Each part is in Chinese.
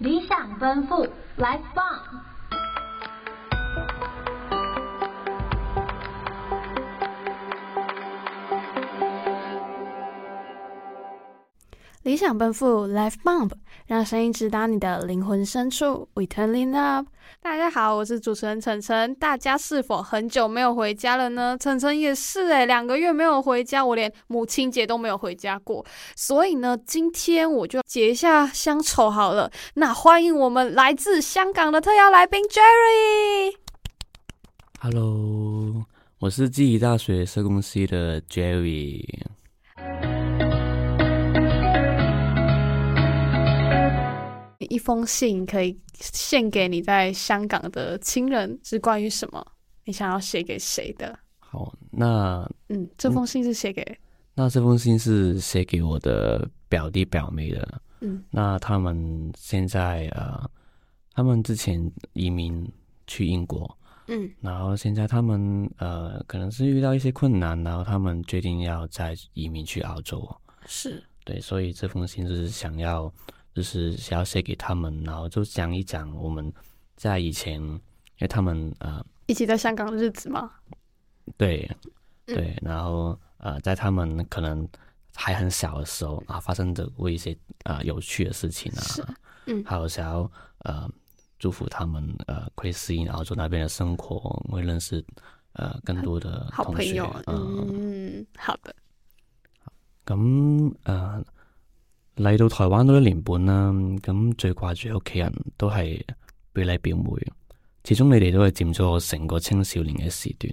理想奔赴，Life Bomb。理想奔赴，Life Bomb，让声音直达你的灵魂深处。We turn it up。大家好，我是主持人晨晨。大家是否很久没有回家了呢？晨晨也是诶、两个月没有回家，我连母亲节都没有回家过。所以呢，今天我就解一下乡愁好了。那欢迎我们来自香港的特邀来宾 Jerry。 Hello，我是暨宜大学社工系的 Jerry。一封信可以献给你在香港的亲人，是关于什么？你想要写给谁的？好，那嗯，这封信是写给那这封信是写给我的表弟表妹的。嗯，那他们现在呃，他们之前移民去英国，嗯然后现在他们呃，可能是遇到一些困难，然后他们决定要再移民去澳洲。是对，所以这封信就是想要，就是想要写给他们，然后就讲一讲我们在以前，因为他们呃，一起在香港的日子吗？对嗯对，然后呃，在他们可能还很小的时候啊，发生的过一些啊有趣的事情是啊，嗯还有想要呃祝福他们呃可以适应澳洲那边的生活，会认识呃更多的好同朋学友，，嗯嗯，好的，咁诶，呃嚟、到台灣都一年半啦，咁最掛住屋企人都係表弟表妹，始終你哋都係佔咗我成個青少年嘅時段。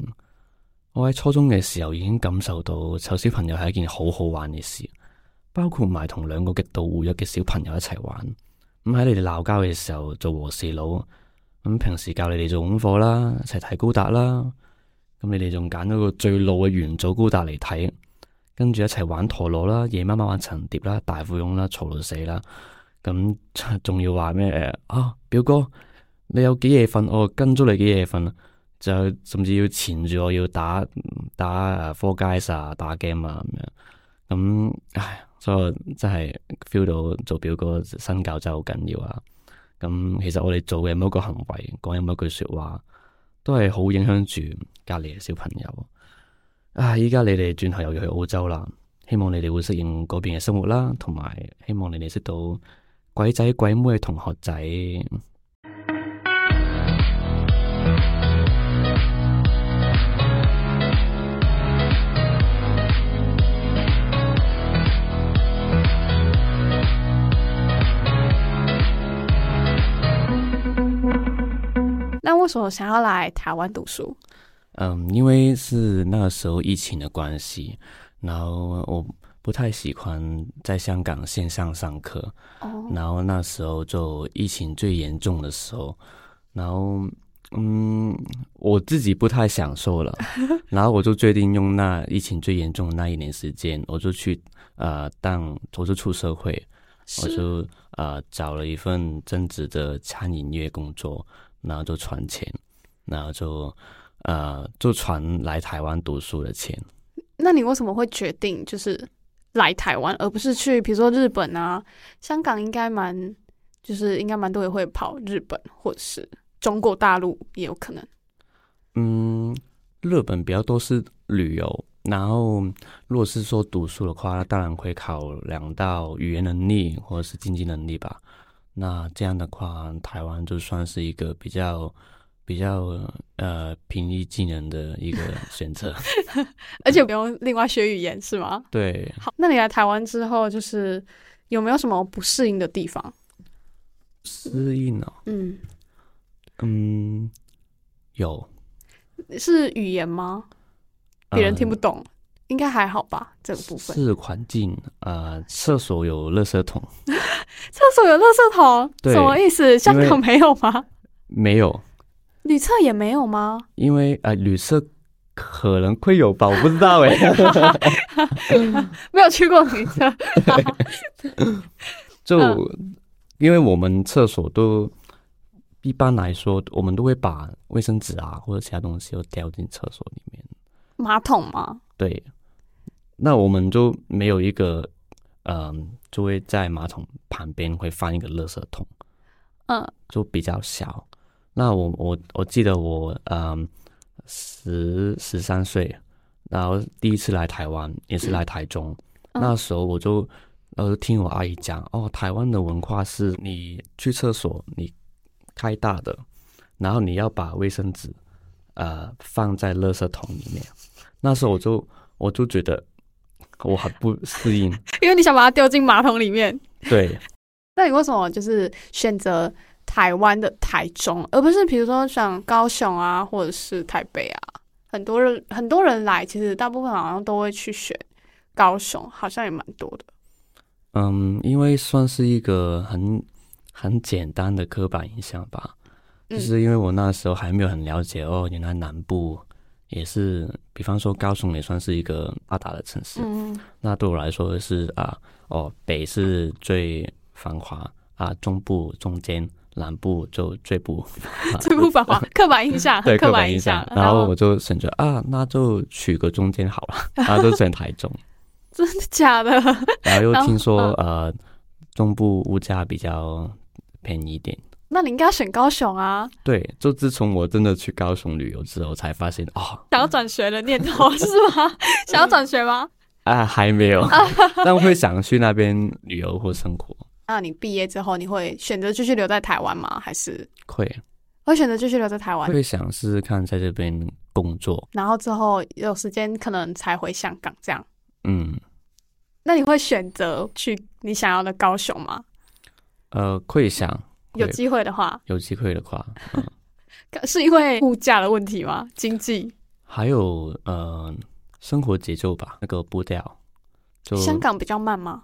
我喺初中嘅時候已經感受到湊小朋友係一件好好玩嘅事，包括埋同兩個極度活躍嘅小朋友一齊玩。咁喺你哋鬧交嘅時候做和事佬，咁平時教你哋做功課啦，一齊睇高達啦，咁你哋仲揀咗個最老嘅元祖高達嚟睇。跟住一齊玩陀螺啦，夜媽媽玩層疊啦，大富翁啦，嘈到死啦。咁 仲要話咩诶啊，表哥，你有幾夜瞓？我跟足你幾夜瞓，啊就甚至要纏住我要打打诶 Four Guys 啊，打 game 啊咁樣。咁唉，所以我真係 feel 到做表哥身教真係好緊要啊。咁其實我哋做嘅每一個行為，講嘅每一句说話，都係好影響住隔離嘅小朋友。啊！依家你哋轉頭又要去澳洲啦，希望你哋會適應嗰邊嘅生活啦，同埋希望你哋識到鬼仔鬼妹嘅同學仔。嗯那为什么想要来台湾读书？嗯，因为是那个时候疫情的关系，然后我不太喜欢在香港线上上课，哦，然后那时候就疫情最严重的时候，然后嗯，我自己不太享受了，然后我就决定用那疫情最严重的那一年时间，我就去呃当我就出社会，我是就呃找了一份正职的餐饮业工作，然后就存钱，然后就呃就存来台湾读书的钱。那你为什么会决定就是来台湾，而不是去比如说日本啊、香港？应该蛮就是应该蛮多也会跑日本或者是中国大陆也有可能。嗯，日本比较多是旅游，然后如果是说读书的话，那当然会考量到语言能力或者是经济能力吧。那这样的话，台湾就算是一个比较比较呃平易近人的一个选择。而且不用另外学语言是吗？对，好，那你来台湾之后，就是有没有什么不适应的地方？适应哦，嗯，嗯，有是语言吗？别人听不呃懂，应该还好吧？这个部分，是环境，呃，厕所有垃圾桶厕所有垃圾桶，对什么意思？香港没有吗？没有？女厕也没有吗？因为呃，旅社可能会有吧，我不知道 哎、没有去过女厕，就、嗯因为我们厕所都一般来说，我们都会把卫生纸啊或者其他东西都掉进厕所里面。马桶吗？ 对，那我们就没呃有一个，嗯、就会在马桶旁边会放一个垃圾桶，嗯就比较小。那我我我记得我嗯十十三岁，然后第一次来台湾也是来台中，嗯那时候我就呃听我阿姨讲，哦，台湾的文化是你去厕所你开大的，然后你要把卫生纸呃放在垃圾桶里面。那时候我就我就觉得我很不适应， 因为你想把它丢进马桶里面。对，那你为什么就是选择台湾的台中，而不是比如说像高雄啊，或者是台北啊？很多人很多人来，其实大部分好像都会去选高雄，好像也蛮多的。嗯，因为算是一个很很简单的刻板印象吧，就嗯是因为我那时候还没有很了解哦，原来南部也是，比方说高雄也算是一个发达的城市，嗯那对我来说是啊，哦，北是最繁华啊，中部中间，南部就最不啊最不繁 华，刻板印象，对刻板板印象象。。嗯然后我就选择啊，那就取个中间好了， 然后就选台中。真的假的？然后又然后听说呃，中部物价比较便宜一点。那你应该选高雄啊！对，就自从我真的去高雄旅游之后，才发现哦想要转学的念头是 吗？想要转学吗？啊还没有，但会想去那边旅游或生活。那你毕业之后，你会选择继续留在台湾吗？还是会会选择继续留在台湾？会想试试看在这边工作，然后之后有时间可能才回香港这样。嗯那你会选择去你想要的高雄吗？呃会想有会机会的话，有机会的话，嗯可是因为物价的问题吗？经济？还有呃生活节奏吧，那个步调就香港比较慢吗？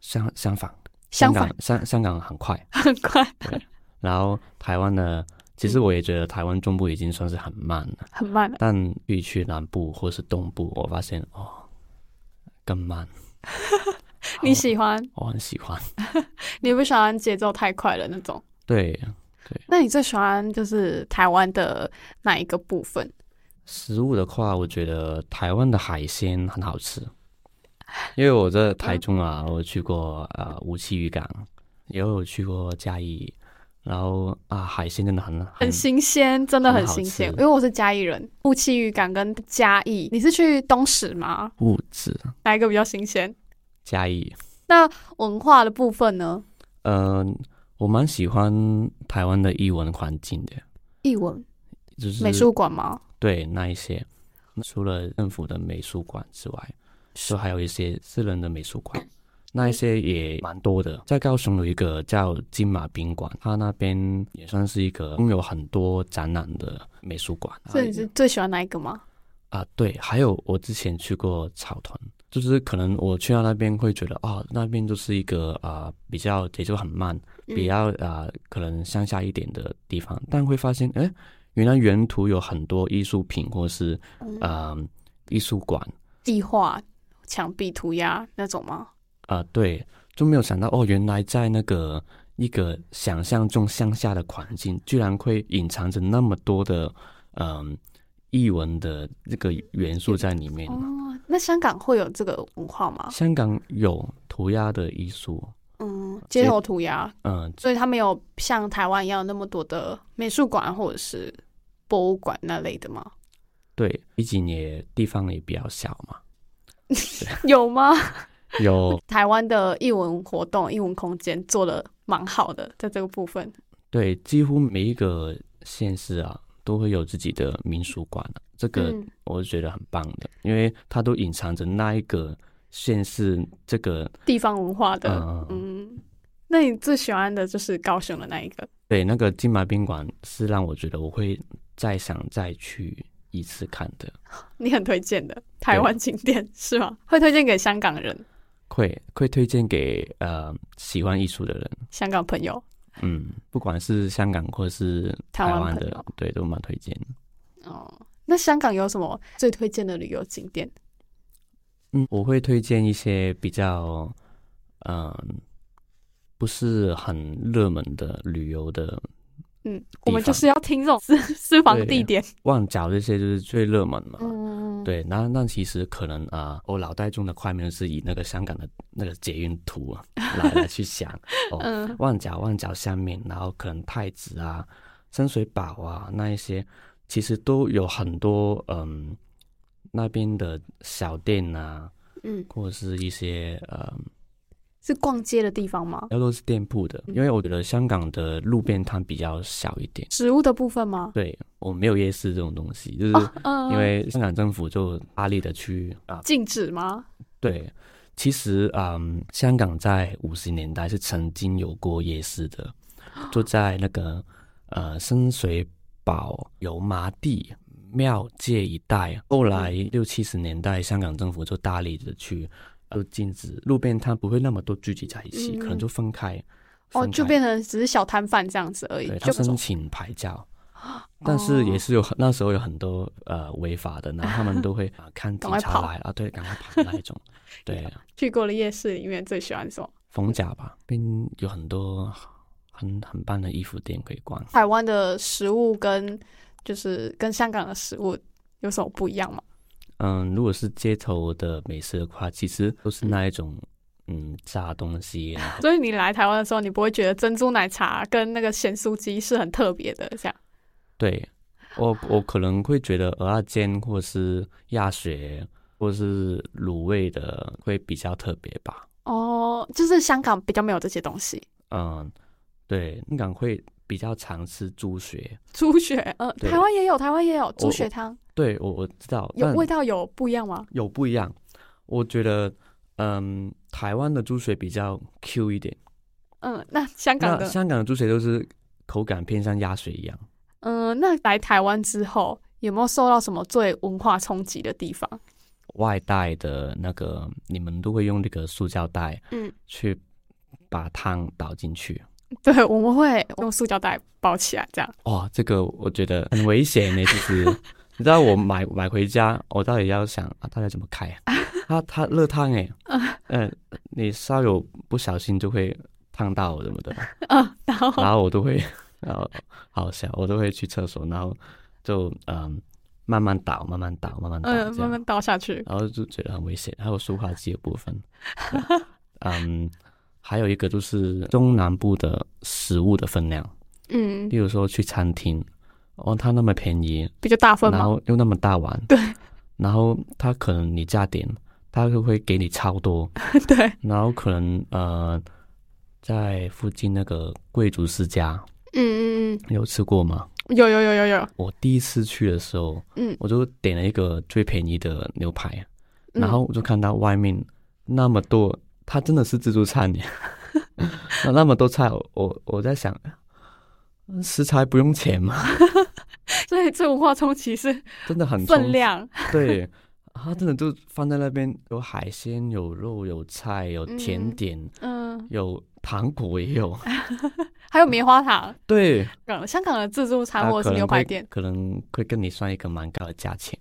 相相反，相香反港香香港很快，很快， 然后台湾呢，其实我也觉得台湾中部已经算是很慢了，很慢。。但一去南部或是东部，我发现哦，更慢 你喜欢？好？我很喜欢。你不喜欢节奏太快的那种？对，那你最喜欢就是台湾的哪一个部分？食物的话，我觉得台湾的海鲜很好吃，因为我在台中啊，我去过呃无锡渔港，也有去过嘉义，然后啊海鲜真的很很新鲜，真的很新鲜。嗯很好因吃为我是嘉义人，雾气渔港跟嘉义，你是去东石吗？物质哪一个比较新鲜？嘉义，文化的部分呢？嗯、我蛮喜欢台湾的艺文环境的，艺文就是美术馆吗？对那一些，除了政府的美术馆之外，就还有一些私人的美术馆，那一些也蛮多的。在高雄有一个叫金马宾馆，它那边也算是一个拥有很多展览的美术馆。所以你是最喜欢哪一个吗？啊，对，还有我之前去过草屯，就是可能我去到那边会觉得啊、那边就是一个啊、比较节奏很慢，嗯比较啊、可能乡下一点的地方，但会发现哎，诶原来原图有很多艺术品或是啊艺术馆地画、墙壁涂鸦那种吗？啊、对，就没有想到哦，原来在那个一个想象中乡下的环境，居然会隐藏着那么多的嗯、艺文的这个元素在里面。哦，那香港会有这个文化吗？香港有涂鸦的艺术，嗯，街头涂鸦，嗯，所以它没有像台湾一样有那么多的美术馆或者是博物馆那类的吗？对，毕竟也地方也比较小嘛，有吗？有台湾的艺文活动、艺文空间做的蛮好的，在这个部分。对，几乎每一个县市啊都会有自己的民俗馆、啊，这个嗯，我觉得很棒的，因为它都隐藏着那一个县市这个地方文化的，嗯嗯。那你最喜欢的就是高雄的那一个？对那个金马宾馆是让我觉得我会再想再去一次看的，你很推荐的台湾景点是吗？会推荐给香港人、会会推荐给呃喜欢艺术的人，香港朋友。嗯，不管是香港或是台台湾湾朋的友，对，都蛮推荐的。哦，那香港有什么最推荐的旅游景点？嗯，我会推荐一些比较，嗯、不是很热门的旅游的，嗯，方我们就是要听这种私私房地点。旺角这些就是最热门嘛。嗯，嗯，对，那那其实可能啊、呃我脑袋中的画面是以那个香港的那个捷运图啊来来去 想哦，嗯旺角旺角下面，然后可能太子啊、深水埗啊那一些，其实都有很多嗯那边的小店啊，嗯，或者是一些嗯是逛街的地方吗？要都是店铺的，嗯因为我觉得香港的路边摊比较小一点，食物的部分吗？对我没有夜市这种东西，就是哦，嗯，因为香港政府就大力的去啊禁止吗？对，其实嗯，香港在五十年代是曾经有过夜市的，就在那个呃深水埗油麻地庙街一带。后来嗯六七十年代，香港政府就大力的去就禁止路边摊不会那么多聚集在一起，可能嗯就分开。哦，分就开变成只是小摊贩这样子而已对，他就哦申请牌照。但是也是有很那时候有很多呃违法的，然后他们都会、 呃、看警赶快察跑来啊，对，赶快跑那一 种，对，去过的夜市里面最喜欢什么？逢甲吧，边有很多很很棒的衣服店可以逛。台湾的食物跟就是跟香港的食物有什么不一样吗？嗯，如果是街头的美食的话，其实都是那一种嗯炸东西，啊然 后所以你来台湾的时候，你不会觉得珍珠奶茶跟那个咸酥鸡是很特别的，这样对我我可能会觉得蚵仔煎或是鸭血或是卤味的会比较特别吧。哦，就是香港比较没有这些东西。嗯，对，香港会比较常吃猪血。猪血，呃，对台湾也有，台湾也有猪我血汤，对我我知道，有但味道有不一样吗？有不一样。我觉得嗯，台湾的猪血比较 Q 一点。嗯，那香港那的，香港的猪血都是口感偏向鸭血一样。嗯、那来台湾之后有没有受到什么最文化冲击的地方？外带的那个，你们都会用那个塑胶袋，嗯，去把汤倒进去。 对，我们会用塑胶袋包起来，这样。哇、这个我觉得很危险 呢，其实。你知道我买买回家，我到底要想啊，到底怎么开啊？ 它它热汤哎，嗯、你稍有不小心就会烫到什 么的，嗯，然后然后我都会， 然后好笑，我都会去厕所，然后就嗯慢慢倒，慢慢倒，慢慢哦倒，这嗯样，慢慢倒下去。然后就觉得很危险。还有塑化剂的部分，嗯，还有一个就是中南部的食物的分量，嗯例，如说去餐厅，哦，它那么便宜，比较大份然嘛。后又那么大碗，对，然后它可能你加点，它就会给你超多， 对，然后可能呃，在附近那个贵族世家，嗯嗯你有吃过吗？嗯，有有有有有。我第一次去的时候，嗯我就点了一个最便宜的牛排，嗯然后我就看到外面那么多，它真的是自助 餐耶，那那么多菜，我我我在想，食材不用钱吗？ 所以这文化冲击是真的很充分量。对，它真的就放在那边，有海鲜，有肉，有菜，有甜嗯点，嗯，有糖果也有， 还有棉花糖。对，港香港的自助餐它或者啊可是能牛排会店，可能会跟你算一个蛮高的价钱，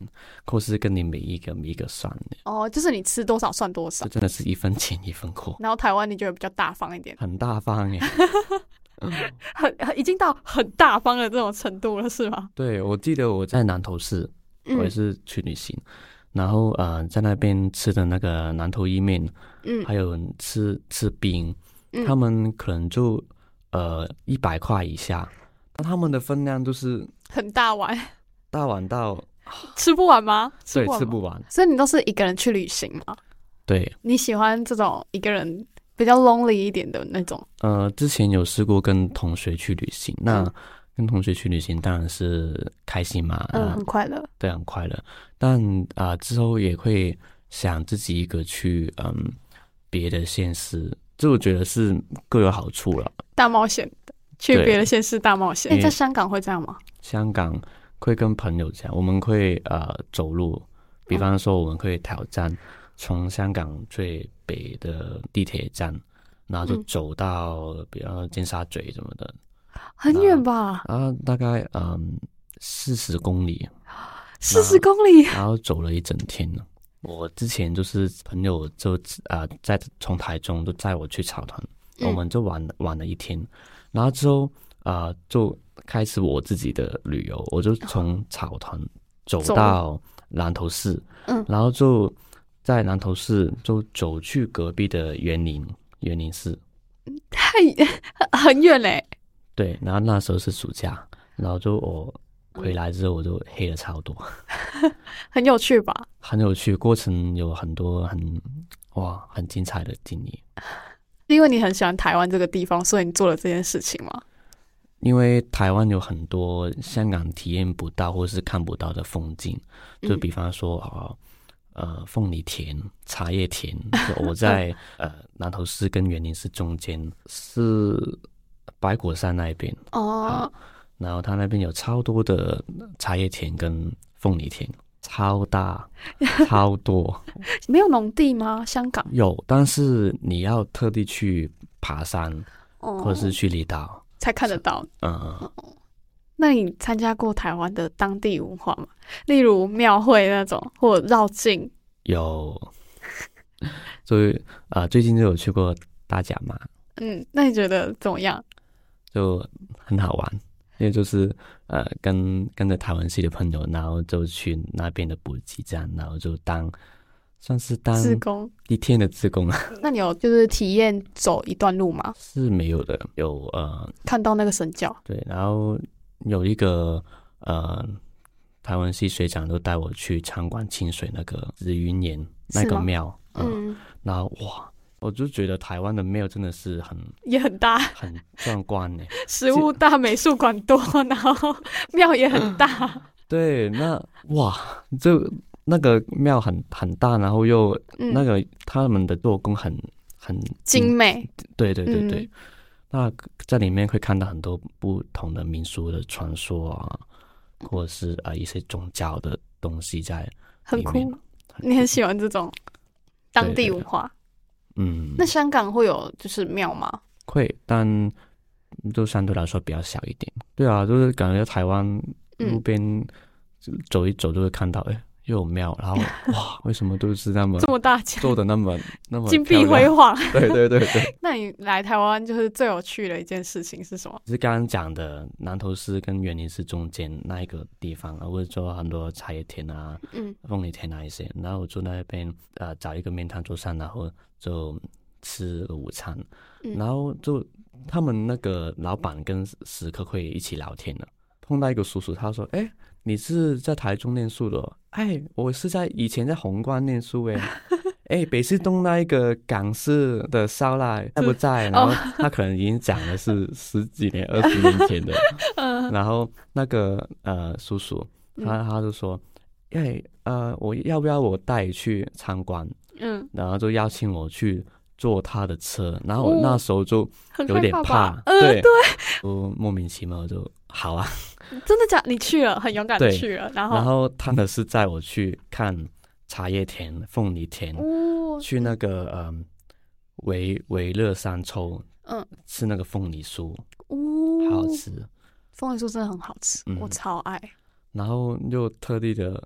或是跟你每一个每一个算的。哦，就是你吃多少算多少这。真的是一分钱一分货，然后台湾你觉得比较大方一点，很大方耶。 很很已经到很大方的这种程度了，是吗？对，我记得我在南头市，嗯我也是去旅行，然后呃，在那边吃的那个南头意面，嗯还有吃吃冰，嗯他们可能就呃一百块以下，但他们的分量就是很大碗， 大碗到吃不完吗？对完吃吗不完。所以你都是一个人去旅行吗？对，你喜欢这种一个人比较 lonely 一点的那种？呃，之前有试过跟同学去旅行，那嗯跟同学去旅行当然是开心嘛，嗯，那很快乐。对，很快乐。但啊、呃之后也会想自己一个去嗯别的县市，这我觉得是各有好处了。大冒险的，去对别的县市大冒险。哎，因为在香港会这样吗？香港会跟朋友讲，我们会呃走路，比方说我们会挑战从香港最北的地铁站，然后就嗯走到比方说尖沙咀什么的，很远吧，啊，大概嗯四十公里。四十公里。然后走了一整天呢。我之前就是朋友就啊、在从台中就载我去草屯，嗯我们就玩玩了一天，然后之后啊、就开始我自己的旅游，我就从草屯走走到南投市，嗯然后就在南投市就走去隔壁的园林，园林市，太很远嘞、对，然后那时候是暑假，然后就我回来之后我就黑了超多，很有趣吧？很有趣，过程有很多很哇很精彩的经历，因为你很喜欢台湾这个地方，所以你做了这件事情嘛。因为台湾有很多香港体验不到或是看不到的风景，就嗯比方说啊、呃，凤梨田、茶叶田，就我在呃南投市跟园林市中间是白果山那一边，哦啊，然后它那边有超多的茶叶田跟凤梨田，超大，超多没有农地吗？香港？有，但是你要特地去爬山哦或者是去离岛，才看得到。嗯、呃那你参加过台湾的当地文化吗？例如庙会那种，或绕境？有，所以啊、呃最近就有去过大甲嘛，嗯，那你觉得怎么样？就很好玩，因为就是呃跟跟着台湾系的朋友，然后就去那边的补给站，然后就当算是当自工？一天的志工啊， 那你有就是体验走一段路吗？是没有的，有呃看到那个神教？对，然后有一个呃台湾系学长就带我去参观清水那个紫云岩那是个吗庙，嗯，嗯，然后哇，我就觉得台湾的庙真的是很 也很大，很壮观呢。食物大，美术馆多，然后庙也很大。对，那哇，就那个庙很很大，然后又、嗯，那个他们的做工很很精，美。对对对嗯对。那在里面会看到很多不同的民俗的传说啊，或者是啊、呃一些宗教的东西在很里面酷，。你很喜欢？欢这种当对地对文化。嗯，那香港会有就是庙吗？会，但就相对来说比较小一点。对啊，就是感觉台湾路嗯，边走一走就会看到，哎、又有庙， 然后哇，为什么都是那么这么大家做的那么那么金嗯漂碧亮辉煌。对对对对， 那你来台湾就是最有趣的一件事情是什么？就是刚刚讲的南投市跟园林市中间那一个地方，啊然后做很多茶叶田啊、嗯，凤梨田啊一些，然后我住那边呃找一个面摊桌上，然后就吃个午餐，嗯然后就他们那个老板跟食客会一起聊天的，碰到一个叔叔，他说：“哎，你是在台中念书的哦？哎，我是在以前在宏观念书 哎。”哎，北市东那一个港式的烧腊在不 哦在？然后他可能已经讲的是十几年、二十年 前的。嗯然后那个呃叔叔，他他就说：“哎，呃，我要不要我带你去参观？”嗯，然后就邀请我去坐他的车，然后哦我那时候就嗯很有点害怕，吧呃，对，我莫名其妙就好啊。真的假？你去了，很勇敢地对去了，然后，然后他呢是载我去看茶叶田、凤梨田，哦，去那个嗯维维勒山丘，嗯，吃那个凤梨酥，哦，好好吃。凤梨酥真的很好吃，嗯我超爱。然后又特地的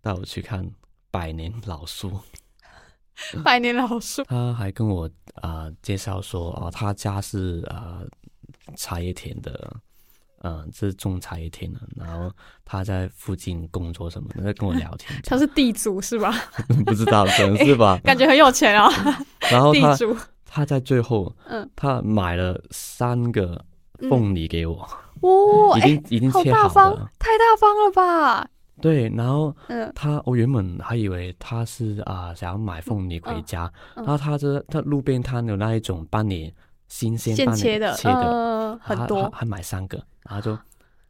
带我去看百年老树，百年老树，，他还跟我啊、呃介绍说啊、他家是啊、呃茶叶田的，嗯、呃，是种茶叶田的，然后他在附近工作什么的，在跟我聊天他是地主是吧？ 不知道可能是吧。 感觉很有钱啊，然后地他主。他在最后，嗯他买了三个嗯凤梨给我，哇，已哎，经、已经好切大好方了，，太大方了吧？对，然后嗯，他我原本还以为他是啊、想要买凤梨回家，嗯嗯然后他这他路边摊有那一种帮你新鲜现帮你切的，切的，嗯，很他多他还买三个，然后就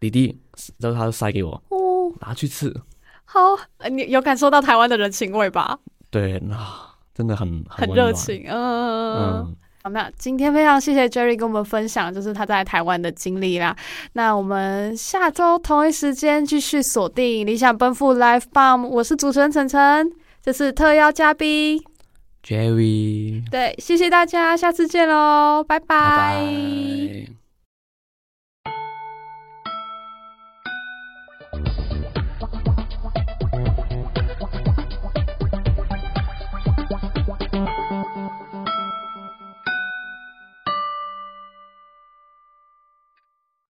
弟弟，然后他就塞给我哦。拿去吃，好，呃你有感受到台湾的人情味吧？对，那、真的很很温热暖，情，嗯嗯，好，那今天非常谢谢 Jerry 跟我们分享，就是他在台湾的经历啦。那我们下周同一时间继续锁定《理想奔赴 Life Bomb》，我是主持人晨晨，这次特邀嘉宾。 ，Jerry，对，谢谢大家，下次见喽，拜拜拜拜。